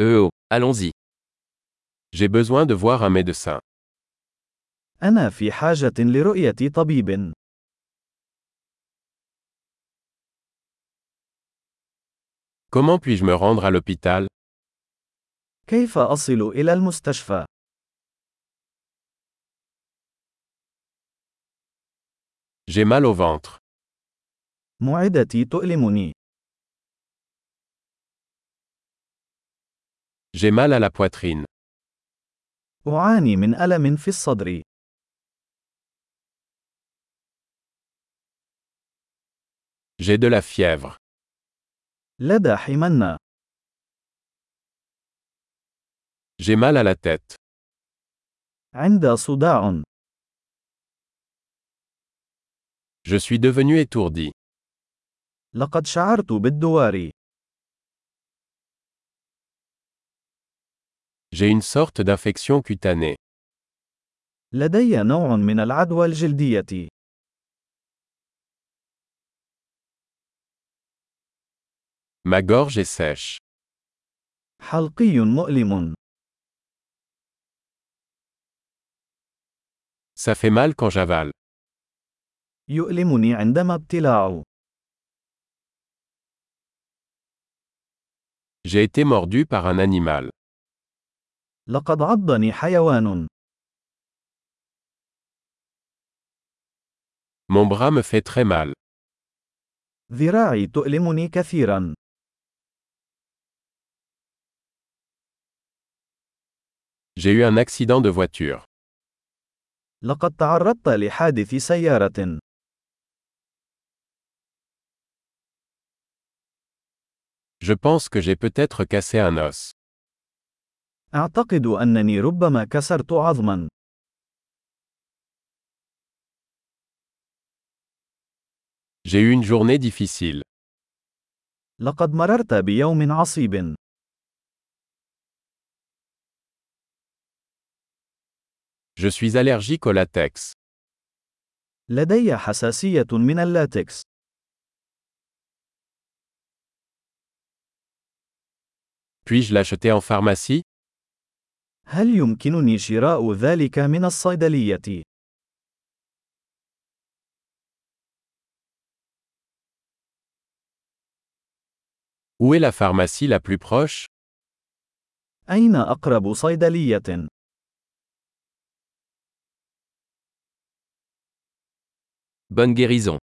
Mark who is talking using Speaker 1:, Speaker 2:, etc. Speaker 1: Euh oh, allons-y.
Speaker 2: J'ai besoin de voir un médecin.
Speaker 3: أنا في حاجة لرؤية طبيب.
Speaker 2: Comment puis-je me rendre à l'hôpital
Speaker 3: كيف أصل إلى المستشفى؟
Speaker 2: J'ai mal au ventre.
Speaker 3: معدتي تؤلمني.
Speaker 2: J'ai mal à la poitrine.
Speaker 3: أعاني من ألم في الصدر.
Speaker 2: J'ai de la fièvre.
Speaker 3: لدى حمنة.
Speaker 2: J'ai mal à la tête.
Speaker 3: عند صداع.
Speaker 2: Je suis devenu étourdi.
Speaker 3: لقد شعرت بالدوار.
Speaker 2: J'ai une sorte d'infection cutanée.
Speaker 3: لدي نوع من العدوى الجلدية.
Speaker 2: Ma gorge est sèche.
Speaker 3: حلقي مؤلم.
Speaker 2: Ça fait mal quand j'avale.
Speaker 3: يؤلمني عندما ابتلاع.
Speaker 2: J'ai été mordu par un animal.
Speaker 3: لقد عضني حيوان.
Speaker 2: Mon bras me fait très mal.
Speaker 3: ذراعي تؤلمني كثيرا.
Speaker 2: J'ai eu un accident de voiture.
Speaker 3: لقد تعرضت لحادث سيارة.
Speaker 2: Je pense que j'ai peut-être cassé un os.
Speaker 3: أعتقد أنني ربما كسرت عظما.
Speaker 2: J'ai eu une journée difficile.
Speaker 3: لقد مررت بيوم عصيب.
Speaker 2: Je suis allergique au latex.
Speaker 3: لدي حساسية من اللاتكس.
Speaker 2: Puis-je l'acheter en pharmacie
Speaker 3: هل يمكنني شراء ذلك من الصيدلية؟
Speaker 2: Où est la pharmacie la plus proche
Speaker 3: أين أقرب صيدلية؟
Speaker 1: Bonne guérison.